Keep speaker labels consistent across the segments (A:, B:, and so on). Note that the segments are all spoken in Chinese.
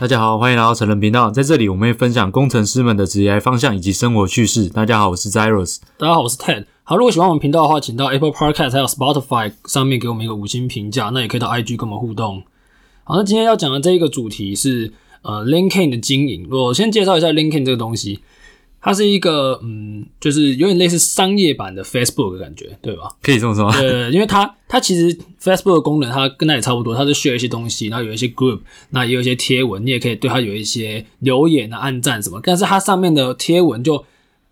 A: 大家好，欢迎来到成人频道，在这里我们会分享工程师们的职业方向以及生活趣事。大家好，我是 Zeros。
B: 大家好，我是 Ted。好，如果喜欢我们频道的话，请到 Apple Podcast 还有 Spotify 上面给我们一个五星评价，那也可以到 IG 跟我们互动。好，那今天要讲的这一个主题是呃 LinkedIn 的经营。我先介绍一下 LinkedIn 这个东西，它是一个嗯，就是有点类似商业版的 Facebook 的感觉，对吧？
A: 可以这么说吗？
B: 对，因为它它其实 Facebook 的功能，它跟那也差不多，它是 share 一些东西，然后有一些 group，那也有一些贴文，你也可以对它有一些留言啊、按赞什么。但是它上面的贴文就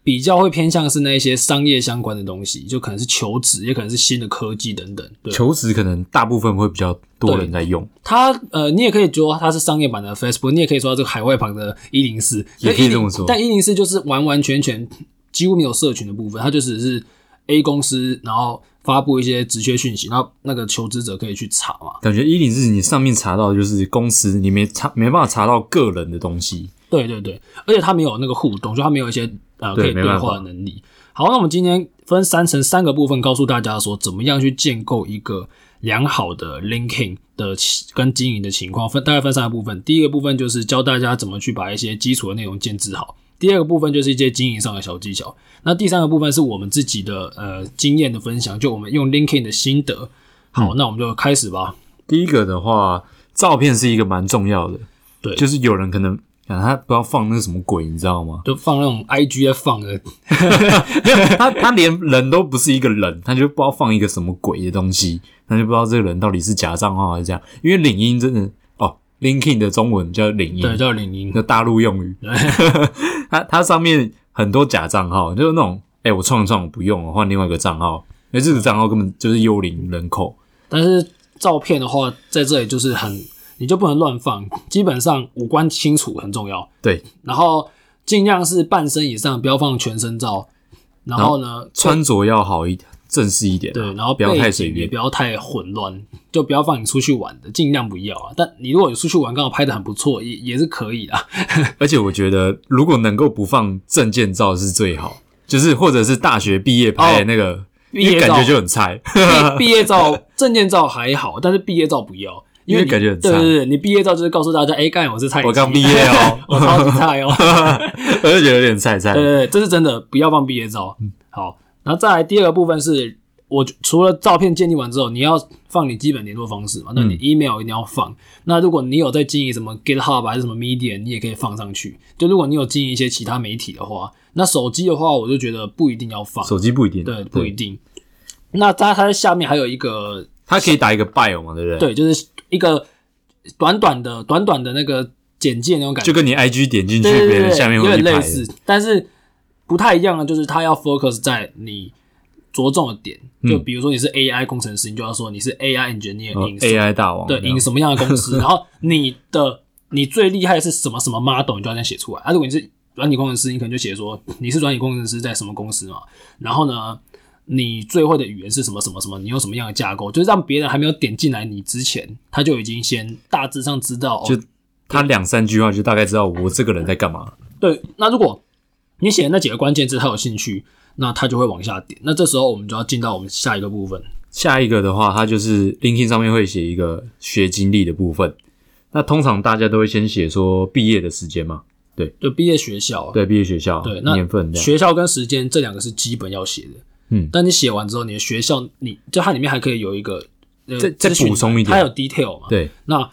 B: 比较会偏向是那一些商业相关的东西，就可能是求职，也可能是新的科技等等。对，
A: 求职可能大部分会比较多人在用，
B: 它呃，你也可以说它是商业版的 Facebook，你也可以说它是海外版的一零四，
A: 也可以这么说
B: 但一零四就是完完全全几乎没有社群的部分，它就只是 A 公司，然后发布一些职缺讯息，然后那个求职者可以去查嘛。
A: 感觉一零四你上面查到的就是公司，你没查没办法查到个人的东西。
B: 对对对，而且它没有那个互动，就它没有一些呃
A: 对
B: 可以
A: 没
B: 对
A: 办
B: 话
A: 法
B: 的能力。好，那我们今天分三层三个部分，告诉大家说怎么样去建构一个良好的 linking 的起跟经营的情况，分大概分三个部分。第一个部分就是教大家怎么去把一些基础的内容建制好。第二个部分就是一些经营上的小技巧，那第三个部分是我们自己的呃经验的分享，就我们用 LinkedIn 的心得。好，那我们就开始吧。
A: 第一个的话，照片是一个蛮重要的，
B: 对？
A: 就是有人可能啊，他不知道放那个什么鬼，你知道吗
B: 就放那种 IG 在放的，
A: 他他连人都不是一个人，他就不知道放一个什么鬼的东西，他就不知道这个人到底是假账号还是这样。因为领英真的哦，LinkedIn 的中文叫领英，
B: 对，叫领英。
A: 那大陆用语， 它它上面很多假账号，就是那种，哎、我创一创我不用，我换另外一个账号，哎、这个账号根本就是幽灵人口，
B: 但是照片的话，在这里就是很，你就不能乱放，基本上五官清楚很重要，
A: 对，
B: 然后尽量是半身以上，不要放全身照。然后呢，
A: 穿着要好一点，正式一点啊、
B: 对，然后
A: 嗯不要
B: 背
A: 太
B: 景
A: 随
B: 也
A: 便
B: 不，要太混乱，就不要放你出去玩的，尽量不要啊。但你如果有出去玩，刚好拍的很不错，也也是可以的。
A: 而且我觉得如果能够不放证件照是最好，就是或者是大学毕业拍
B: 哦
A: 的那个， 因
B: 毕
A: 为
B: 业
A: 感
B: 照
A: 觉就很菜，
B: 毕毕业照、证件照还好，但是毕业照不要，因为
A: 因为感觉很
B: 你对
A: 差
B: 对对，你毕业照就是告诉大家，哎，干我是菜鸡，
A: 我刚毕业哦
B: 我超级菜哦。
A: 我就觉得有点菜菜
B: 对。对对，这是真的，不要放毕业照。
A: 嗯
B: 好，然后再来第二个部分是，我除了照片建立完之后，你要放你基本联络方式
A: 嗯
B: 嘛，那你 email 一定要放。那如果你有在经营什么 GitHub 还是什么 Media，你也可以放上去。就如果你有经营一些其他媒体的话，那手机的话，我就觉得不一定要放，
A: 手机嗯不一定，
B: 对，不一，定。那它它在下面还有一个，
A: 它可以打一个 bio 嘛，对不对？，
B: 对，就是一个短短的、短短的那个简介那种感觉
A: 就，跟你 IG 点进去，
B: 对对
A: 别
B: 对，
A: 人下面
B: 有
A: 会
B: 点
A: 去拍
B: 类
A: 的
B: 似，但是不太一样的就是它要 focus 在你着重的点，就比如说你是 AI 工程师，你就要说你是 AI engineer
A: 嗯哦
B: in 什么、
A: ，AI 大王
B: 对
A: 这样
B: in 什么样的公司，然后你的你最厉害是什么什么 model，你就要这样写出来。啊，如果你是软体工程师，你可能就写说你是软体工程师在什么公司嘛，然后呢？你最会的语言是什么？什么什么？你用什么样的架构？就是让别人还没有点进来你之前，他就已经先大致上知道哦
A: 就他两三句话就大概知道我这个人在干嘛。
B: 对，那如果你写的那几个关键字他有兴趣，那他就会往下点。那这时候我们就要进到我们下一个部分。
A: 下一个的话，它就是 LinkedIn 上面会写一个学经历的部分。那通常大家都会先写说毕业的时间嘛，
B: 就毕业学校，啊
A: 对，毕业学校、
B: 对那
A: 年份这样。
B: 学校跟时间这两个是基本要写的。
A: 嗯
B: 但你写完之后，你的学校，你就它里面还可以有一个呃
A: 再再
B: 资讯
A: 补充一点
B: 它有 detail 嘛？
A: 对，
B: 那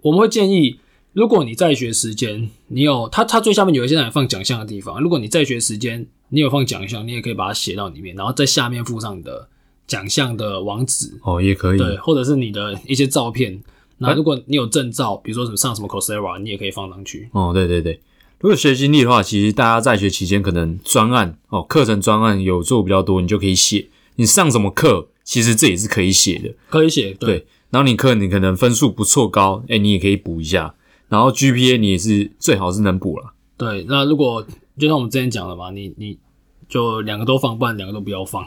B: 我们会建议，如果你在学时间，你有它它最下面有一些让你放奖项的地方，如果你在学时间，你有放奖项，你也可以把它写到里面，然后在下面附上你的奖项的网址，
A: 哦，也可以。
B: 对，或者是你的一些照片。那如果你有证照，比如说什么上什么 Coursera，你也可以放上去。
A: 哦，对对对。如果学经历的话，其实大家在学期间可能专案哦，课程专案有做比较多，你就可以写。你上什么课，其实这也是可以写的。
B: 可以写，对，
A: 对，然后你课你可能分数不错高，哎，你也可以补一下。然后 GPA 你也是最好是能补了。
B: 对，那如果就像我们之前讲的嘛，你你就两个都放，不然两个都不要放，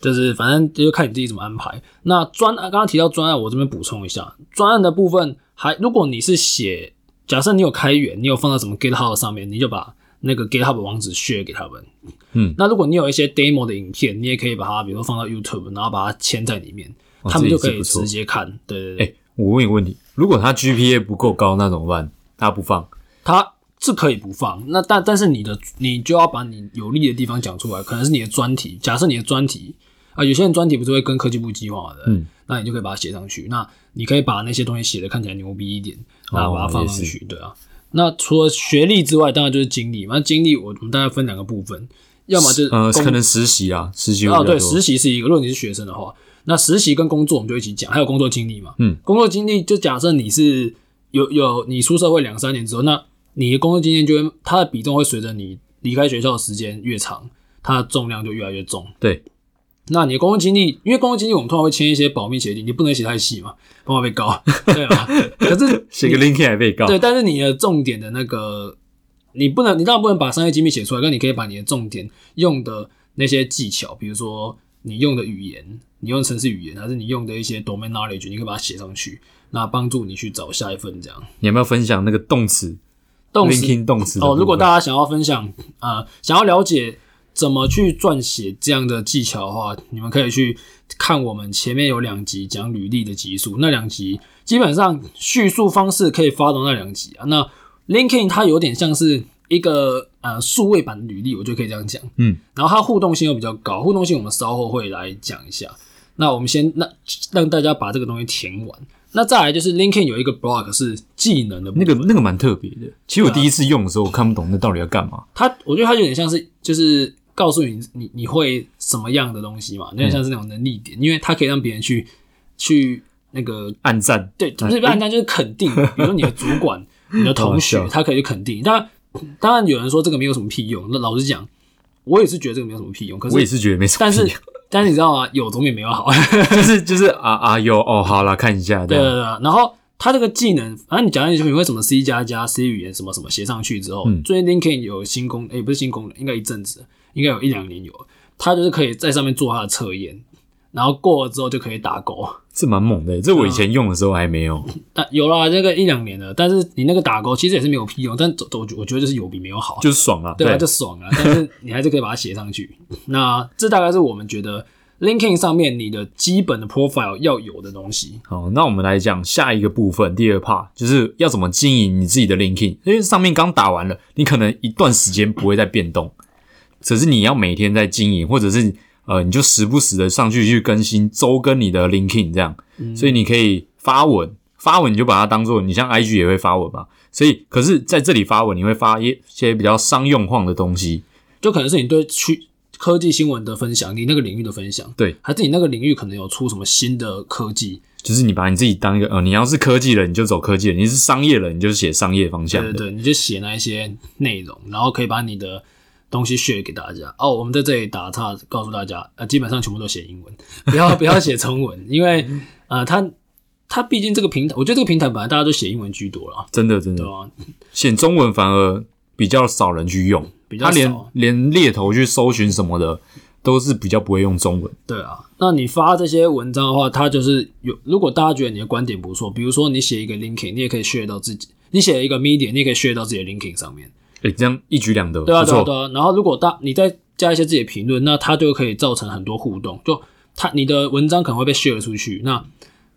B: 就是反正就看你自己怎么安排。那专案刚刚提到专案，我这边补充一下，专案的部分还如果你是写，假设你有开源，你有放到什么 GitHub 上面，你就把那个 GitHub 网址 share 给他们。
A: 嗯，
B: 那如果你有一些 demo 的影片，你也可以把它，比如说放到 YouTube，然后把它嵌在里面，
A: 哦
B: 他们
A: 这也
B: 就是可以
A: 不错哎
B: 直接看。对对对，
A: 哎、我问你个问题，如果他 GPA 不够高，那怎么办？他不放。
B: 它是可以不放，那但但是你的你就要把你有利的地方讲出来，可能是你的专题。假设你的专题啊、有些人专题不是会跟科技部计划的，
A: 嗯，
B: 那你就可以把它写上去。那你可以把那些东西写的看起来牛逼一点，哦那把它放上去，对啊。那除了学历之外，当然就是经历嘛。那经历我我们大概分两个部分，要么就是
A: 呃，
B: 工
A: 可能实习啊，实习会
B: 哦，
A: 比较
B: 对，
A: 多
B: 实习是一个，如果你是学生的话，那实习跟工作我们就一起讲，还有工作经历嘛。
A: 嗯，
B: 工作经历就假设你是有有你出社会两三年之后，那你的工作经验就会它的比重会随着你离开学校的时间越长，它的重量就越来越重。
A: 对，
B: 那你的工作经历，因为工作经历我们通常会签一些保密协定，你不能写太细嘛，不然会被 告，对吧？可是
A: 写个 LinkedIn 还被告。
B: 对，但是你的重点的那个，你不能，你当然不能把商业机密写出来，但你可以把你的重点用的那些技巧，比如说你用的语言，你用程式语言，还是你用的一些 domain knowledge，你可以把它写上去，那帮助你去找下一份这样。
A: 你有没有分享那个动词
B: 动词
A: LinkedIn 动词的
B: 哦，如果
A: 部分
B: 大家想要分享，呃，想要了解怎么去撰写这样的技巧的话，你们可以去看我们前面有两集讲履历的集数，那两集基本上叙述方式可以发到那两集啊。那 LinkedIn 它有点像是一个呃数位版的履历，我就可以这样讲。
A: 嗯，
B: 然后它互动性又比较高，互动性我们稍后会来讲一下。那我们先那让大家把这个东西填完。那再来就是 LinkedIn 有一个 block 是技能的部
A: 那
B: 分
A: 个那个蛮特别的。其实我第一次用的时候，我看不懂那到底要干嘛。
B: 它，我觉得它有点像是就是告诉你你你会什么样的东西嘛，有
A: 嗯
B: 点像是那种能力点，因为它可以让别人去去那个
A: 暗赞
B: 对，不是不然就是肯定，比如说你的主 管、你的同学
A: 好笑，
B: 他可以去肯定。当然，当然有人说这个没有什么屁用，那老实讲，我也是觉得这个没有什么屁用。可
A: 我也
B: 是，
A: 是觉得没什么
B: 但是
A: 屁用
B: 但是你知道吗？有总比没有好。
A: 就是就是啊啊有哦，好啦，看一下这
B: 对对
A: 样。
B: 对，然后它这个技能，反正你讲一句，你会什么 C 加加、C 语言什么什么写上去之后，
A: 嗯
B: 最近 LinkedIn 有新功，诶、不是新功能，应该一阵子，应该有一两年有，它就是可以在上面做它的测验，然后过了之后就可以打勾。
A: 这蛮猛的，欸这我以前用的时候还没有。
B: 但有啦，这个一两年了，但是你那个打勾其实也是没有屁用，但总总我觉得就是有比没有好，
A: 就是爽了。
B: 对啊，就爽了。但是你还是可以把它写上去。那这大概是我们觉得 LinkedIn 上面你的基本的 profile 要有的东西。
A: 好，那我们来讲下一个部分，第二 part 就是要怎么经营你自己的 LinkedIn，因为上面刚打完了，你可能一段时间不会再变动，只是你要每天在经营，或者是呃，你就时不时的上去去更新，周更你的 LinkedIn 这样，
B: 嗯
A: 所以你可以发文，发文你就把它当做你像 IG 也会发文嘛，所以可是在这里发文，你会发一些比较商用化的东西，
B: 就可能是你对区科技新闻的分享，你那个领域的分享，
A: 对，
B: 还是你那个领域可能有出什么新的科技，
A: 就是你把你自己当一个呃，你要是科技人你就走科技人，你是商业人你就写商业方
B: 对
A: 向的
B: 对，对，你就写那一些内容，然后可以把你的东西 share 给大家。哦，我们在这里打岔，告诉大家，呃，基本上全部都写英文， 不 要不要写中文，因为呃，它它毕竟这个平台，我觉得这个平台本来大家都写英文居多了，
A: 真的真的
B: 对。吧？
A: 显中文反而比较少人去用，
B: 比较
A: 他连
B: 少，
A: 连猎头去搜寻什么的，都是比较不会用中文。
B: 对啊。那你发这些文章的话，它就是有，如果大家觉得你的观点不错，比如说你写一个 linking，你也可以 share 到自己。你写一个 media，你也可以 share 到自己的 linking 上面，
A: 诶、这样一举两得，
B: 对啊，
A: 不
B: 对啊，
A: 错。
B: 对啊。然后如果大你再加一些自己的评论，那它就可以造成很多互动。就它你的文章可能会被 share 出去，那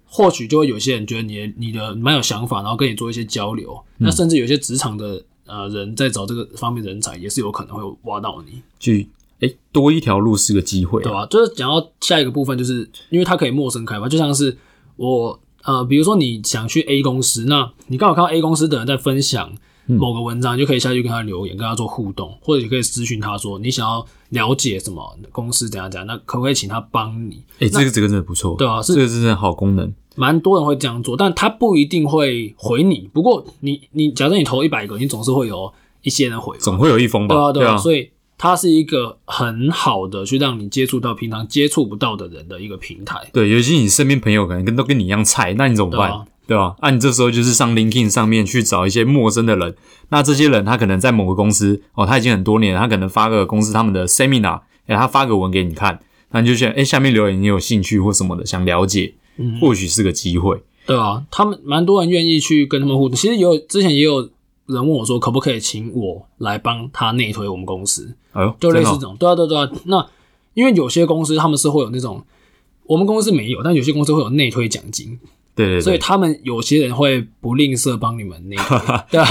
B: 或许就会有些人觉得你的你的蛮有想法，然后跟你做一些交流。那甚至有些职场的呃人在找这个方面人才，也是有可能会挖到你，
A: 去诶、多一条路是个机会、
B: 对吧、啊就是讲到下一个部分，就是因为它可以陌生开发，就像是我呃，比如说你想去 A 公司，那你刚好看到 A 公司的人在分享。
A: 嗯
B: 某个文章，你就可以下去跟他留言，跟他做互动，或者你可以咨询他说你想要了解什么公司怎样怎样，那可不可以请他帮你？
A: 诶、这个这个真的不错，
B: 对啊是
A: 这个真的好功能。
B: 蛮多人会这样做，但他不一定会回你。不过你你假设你投一百个，你总是会有一些人回嘛，
A: 总会有一封吧？
B: 对啊对
A: 对
B: 啊，所以它是一个很好的去让你接触到平常接触不到的人的一个平台。
A: 对，尤其你身边朋友可能跟都跟你一样菜，那你怎么
B: 对啊
A: 办？对吧、啊？你这时候就是上 LinkedIn 上面去找一些陌生的人，那这些人他可能在某个公司哦，他已经很多年了，他可能发个公司他们的 seminar，哎，他发个文给你看，那你就觉得哎，下面留言你有兴趣或什么的，想了解，
B: 嗯
A: 或许是个机会。
B: 对啊，他们蛮多人愿意去跟他们互动。其实也有之前也有人问我说，可不可以请我来帮他内推我们公司？
A: 哎呦，
B: 就类似
A: 真
B: 这
A: 的哦
B: 种。对啊，对啊对啊。那因为有些公司他们是会有那种，我们公司没有，但有些公司会有内推奖金。
A: 对对对，
B: 所以他们有些人会不吝啬帮你们那 个，对啊，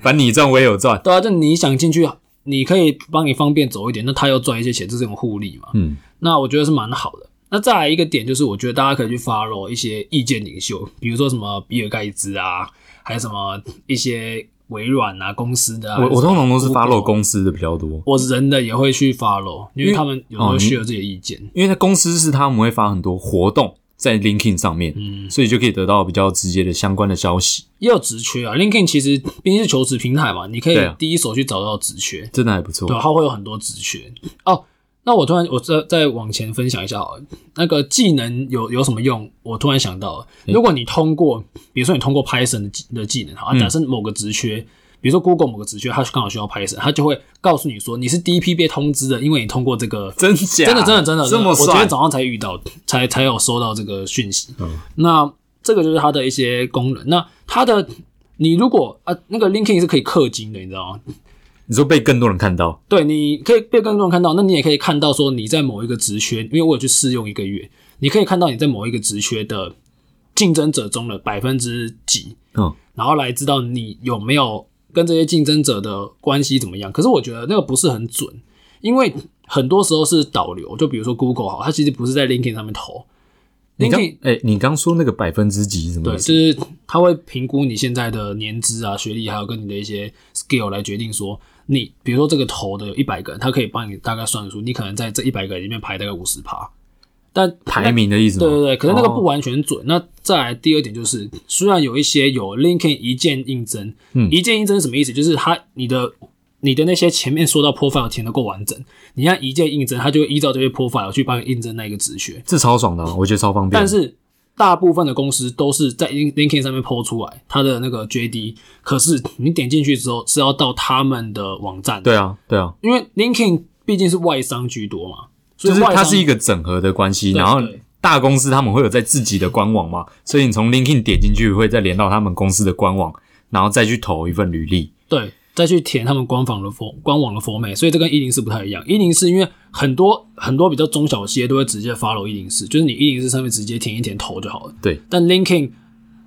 A: 反正你赚我也有赚，
B: 对啊，就你想进去，你可以帮你方便走一点，那他又赚一些钱，这是一种互利嘛。
A: 嗯，
B: 那我觉得是蛮好的。那再来一个点就是，我觉得大家可以去 follow 一些意见领袖，比如说什么比尔盖茨啊，还有什么一些微软啊公司的啊、
A: 我我通常都是 follow
B: 公，
A: 公司的比较多，
B: 我人的也会去 follow，因为他们有时候
A: 哦你
B: share 自己的意见。
A: 因为在公司是他们会发很多活动在 LinkedIn 上面，
B: 嗯
A: 所以就可以得到比较直接的相关的消息，
B: 也有职缺啊，LinkedIn 其实毕竟是求职平台嘛，你可以
A: 对啊
B: 第一手去找到职缺，
A: 真的还不错
B: 对，。它啊会有很多职缺哦。那我突然我再再往前分享一下好了，那个技能有有什么用？我突然想到了，
A: 嗯
B: 如果你通过，比如说你通过 Python 的技的技能，好，啊
A: 嗯
B: 假设某个职缺，比如说 Google 某个职缺，它刚好需要 Python，它就会告诉你说你是第一批被通知的，因为你通过这个
A: 真假？
B: 真的真的真的，
A: 这么
B: 我今天
A: 帅？
B: 早上才遇到，才才有收到这个讯息。
A: 嗯
B: 那这个就是它的一些功能。那它的你如果啊，那个 LinkedIn 是可以氪金的，你知道吗？
A: 你说被更多人看到，
B: 对，你可以被更多人看到，那你也可以看到说你在某一个职缺，因为我有去试用一个月，你可以看到你在某一个职缺的竞争者中的百分之几，
A: 嗯，
B: 然后来知道你有没有跟这些竞争者的关系怎么样。可是我觉得那个不是很准，因为很多时候是导流，就比如说 Google 好，它其实不是在 LinkedIn 上面投
A: 你刚
B: ，LinkedIn
A: 哎、你刚说那个百分之几是什么
B: 对，
A: 意思？
B: 就是它会评估你现在的年资啊、学历，还有跟你的一些 skill 来决定说你，比如说这个投的有一百个人，它可以帮你大概算出你可能在这一百个里面排大概五十趴，但
A: 排名的意思吗？
B: 对对对，可是那个不
A: 哦
B: 完全准。那再来第二点就是，虽然有一些有 LinkedIn 一键应征，
A: 嗯
B: 一键应征是什么意思？就是它你的你的那些前面说到 profile 填的够完整，你按一键应征，它就会依照这些 profile 去帮你应征那一个职缺。
A: 这超爽 的、啊，我觉得超方便。
B: 但是大部分的公司都是在 Lin- LinkedIn 上面 PO 出来它的那个 JD，可是你点进去之后是要到他们的网站，
A: 对，啊，对啊，
B: 因为 LinkedIn 毕竟是外商居多嘛，所
A: 就
B: 以
A: 是
B: 外商
A: 它是一个整合的关系，
B: 对
A: 然后
B: 对
A: 大公司他们会有在自己的官网嘛，所以你从 LinkedIn 点进去会再连到他们公司的官网，然后再去投一份履历。
B: 对，再去填他们官方的 form 官网的 form，所以这跟一零四不太一样。一零四因为很多很多比较中小企业都会直接 follow 一零四，就是你一零四上面直接填一填投就好了。
A: 对，
B: 但 LinkedIn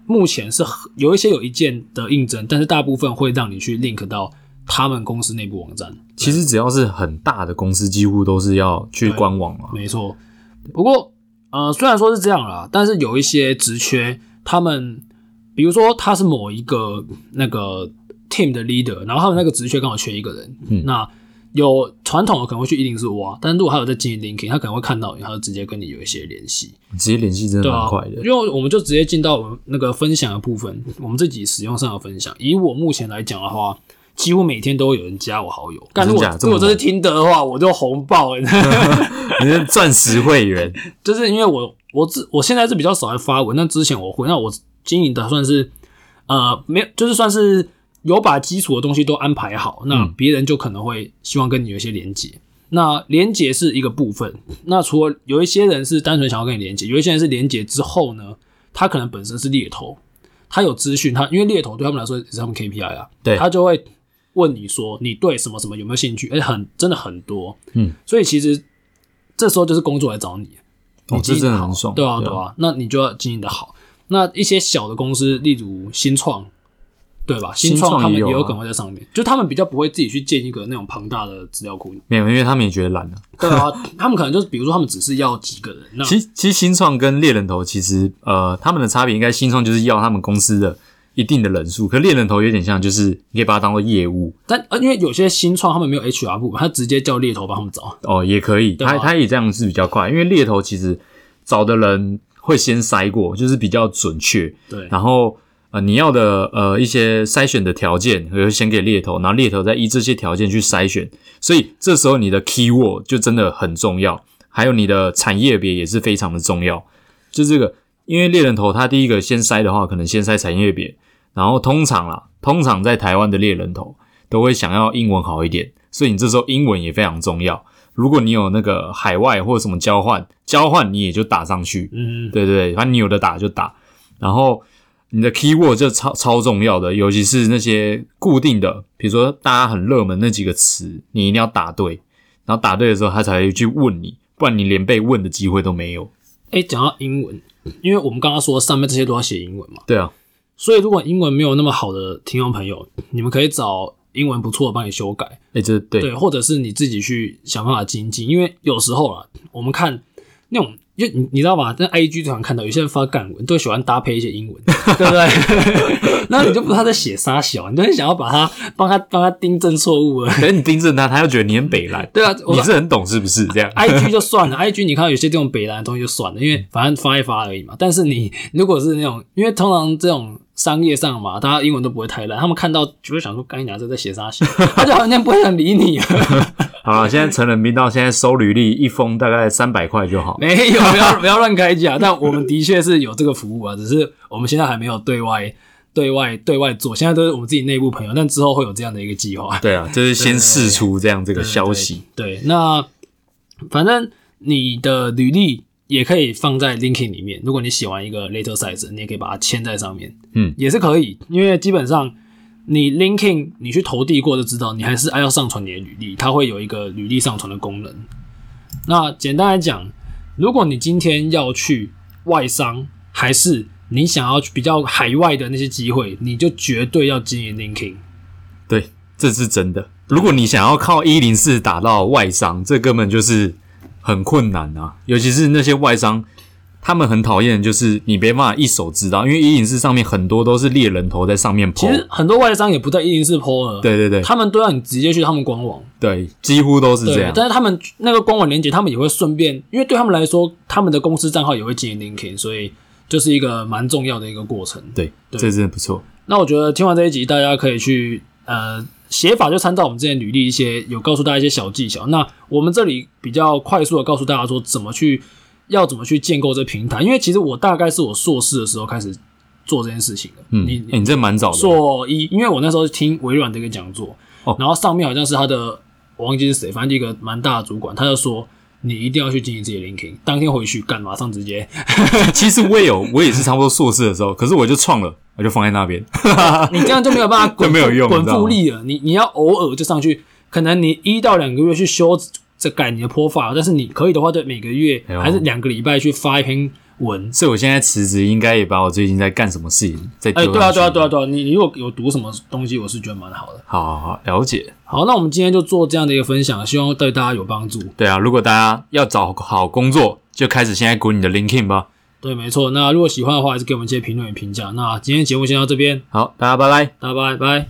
B: 目前是很有一些有一键的应征，但是大部分会让你去 link 到他们公司内部网站。
A: 其实只要是很大的公司，几乎都是要去官网啊嘛。
B: 没错，不过呃，虽然说是这样啦，但是有一些职缺，他们比如说他是某一个那个 team 的 leader，然后他们那个职缺刚好缺一个人，
A: 嗯
B: 那有传统的可能会去一零四挖，但如果他有在经营 LinkedIn，他可能会看到你，他就直接跟你有一些联系，
A: 直接联系真的
B: 对
A: 蛮
B: 啊
A: 快，的。
B: 因为我们就直接进到我们那个分享的部分，我们自己使用上的分享。以我目前来讲的话。几乎每天都会有人加我好友，但如果
A: 真假这
B: 如
A: 么
B: 果这是
A: 猛
B: 听得的话，我就红爆了。
A: 你是钻石 会员，
B: 就是因为我我自我现在是比较少在发文，那之前我会，那我经营的算是呃没有，就是算是有把基础的东西都安排好，那
A: 嗯
B: 别人就可能会希望跟你有一些连接。那连接是一个部分，那除了有一些人是单纯想要跟你连接，有一些人是连接之后呢，他可能本身是猎头，他有资讯，他因为猎头对他们来说也是他们 KPI 啊，
A: 对
B: 他就会问你说你对什么什么有没有兴趣，哎、很真的很多，
A: 嗯，
B: 所以其实这时候就是工作来找你，啊
A: 哦
B: 你，经
A: 这
B: 营
A: 真
B: 得
A: 的
B: 好
A: 很爽。
B: 对啊，对，啊，那你就要经营的好。那一些小的公司，例如新创，对吧？
A: 新
B: 新创
A: 创
B: 他们
A: 也
B: 也
A: 有啊
B: 有可能会在上面，就他们比较不会自己去建一个那种庞大的资料库。
A: 没有，因为他们也觉得懒了。
B: 对啊， 他们可能就是比如说他们只是要几个人，那
A: 其实其实新创跟猎人头其实呃，他们的差别应该新创就是要他们公司的一定的人数，可猎人头有点像就是你可以把它当做业务
B: 但呃，因为有些新创他们没有 HR 部门，他直接叫猎头帮他们找。
A: 哦，也可以，
B: 啊
A: 他他也这样是比较快，因为猎头其实找的人会先筛过，就是比较准确，
B: 对，
A: 然后呃你要的呃一些筛选的条件，会先给猎头，然后猎头再依这些条件去筛选，所以这时候你的 keyword 就真的很重要，还有你的产业别也是非常的重要，就这个，因为猎人头他第一个先筛的话，可能先筛产业别，然后通常啦，通常在台湾的猎人头都会想要英文好一点，所以你这时候英文也非常重要。如果你有那个海外或者什么交换，交换你也就打上去，
B: 嗯，
A: 对对，对，反正你有的打就打。然后你的 keyword 就超超重要的，尤其是那些固定的，比如说大家很热门那几个词，你一定要打对。然后打对的时候，他才会去问你，不然你连被问的机会都没有。
B: 哎，讲到英文，因为我们刚刚说上面这些都要写英文嘛，
A: 对啊，
B: 所以如果英文没有那么好的听众朋友，你们可以找英文不错的帮你修改，
A: 哎、这对
B: 对，或者是你自己去想办法精进，因为有时候啊，我们看那种。因为你你知道吧，在 I G 常看到有些人发干文，都喜欢搭配一些英文，对不对？ 那你就不知道他在写啥小，你就很想要把他帮他帮他订正错误了。
A: 可是你盯着他，他又觉得你很北蓝，
B: 对啊，我
A: 你是很懂是不是？这 样，
B: I G 就算了，I G 你看到有些这种北蓝的东西就算了，因为反正发一发而已嘛。但是你如果是那种，因为通常这种商业上嘛，大家英文都不会太烂，他们看到就会想说，干你娘这在写啥写，他就好像不会想理你了。
A: 好了，现在成人频道现在收履历一封大概三百块就好。
B: 没有，不要不要乱开价。但我们的确是有这个服务啊，只是我们现在还没有对外对外对外做，现在都是我们自己内部朋友，但之后会有这样的一个计划。
A: 对啊，就是先试出这样这个消息。
B: 嗯对，那反正你的履历也可以放在 LinkedIn 里面。如果你写完一个 Later Size，你也可以把它签在上面，
A: 嗯，
B: 也是可以。因为基本上你 LinkedIn 你去投递过就知道，你还是要上传你的履历，它会有一个履历上传的功能。那简单来讲，如果你今天要去外商，还是你想要去比较海外的那些机会，你就绝对要经营 LinkedIn。
A: 对，这是真的。如果你想要靠一零四打到外商，这根本就是很困难啊！尤其是那些外商，他们很讨厌，就是你没办法一手知道，因为一零四上面很多都是猎人头在上面
B: 其
A: 跑。
B: 实很多外商也不在一零四 PO 了，
A: 对对对
B: 他们都让你直接去他们官网，
A: 对，几乎都是这
B: 对
A: 样，。
B: 但是他们那个官网连接，他们也会顺便，因为对他们来说，他们的公司账号也会经营 LinkedIn，所以就是一个蛮重要的一个过程。
A: 对，
B: 对
A: 这真的不错。
B: 那我觉得听完这一集，大家可以去呃写法就参照我们之前履历一些有告诉大家一些小技巧。那我们这里比较快速的告诉大家说怎么去要怎么去建构这平台，因为其实我大概是我硕士的时候开始做这件事情的。
A: 嗯，
B: 你
A: 哎你这蛮早的。
B: 硕一，因为我那时候听微软的一个讲座，
A: 哦
B: 然后上面好像是他的，我忘记是谁，反正就一个蛮大的主管，他就说你一定要去经营自己的 LinkedIn，当天回去干，马上直接，
A: 其实我也有，我也是差不多硕士的时候，可是我就创了，我就放在那边。
B: 你这样就没有办法滚
A: 就没有用
B: 滚
A: 你知道吗
B: 复利了。你你要偶尔就上去，可能你一到两个月去修这改你的 profile，但是你可以的话，就每个月
A: 哎呦
B: 还是两个礼拜去发一篇文。
A: 所以我现在辞职，应该也把我最近在干什么事情再丢
B: 哎，
A: 上去。
B: 对啊，对啊，对啊，对啊！你你如果有读什么东西，我是觉得蛮好的。
A: 好好好，了解。
B: 好，那我们今天就做这样的一个分享，希望对大家有帮助。
A: 对啊，如果大家要找好工作，就开始现在滚你的 LinkedIn 吧。
B: 对，没错。那如果喜欢的话，还是给我们一些评论与评价。那今天节目先到这边，
A: 好，大家拜拜。
B: 大家拜拜。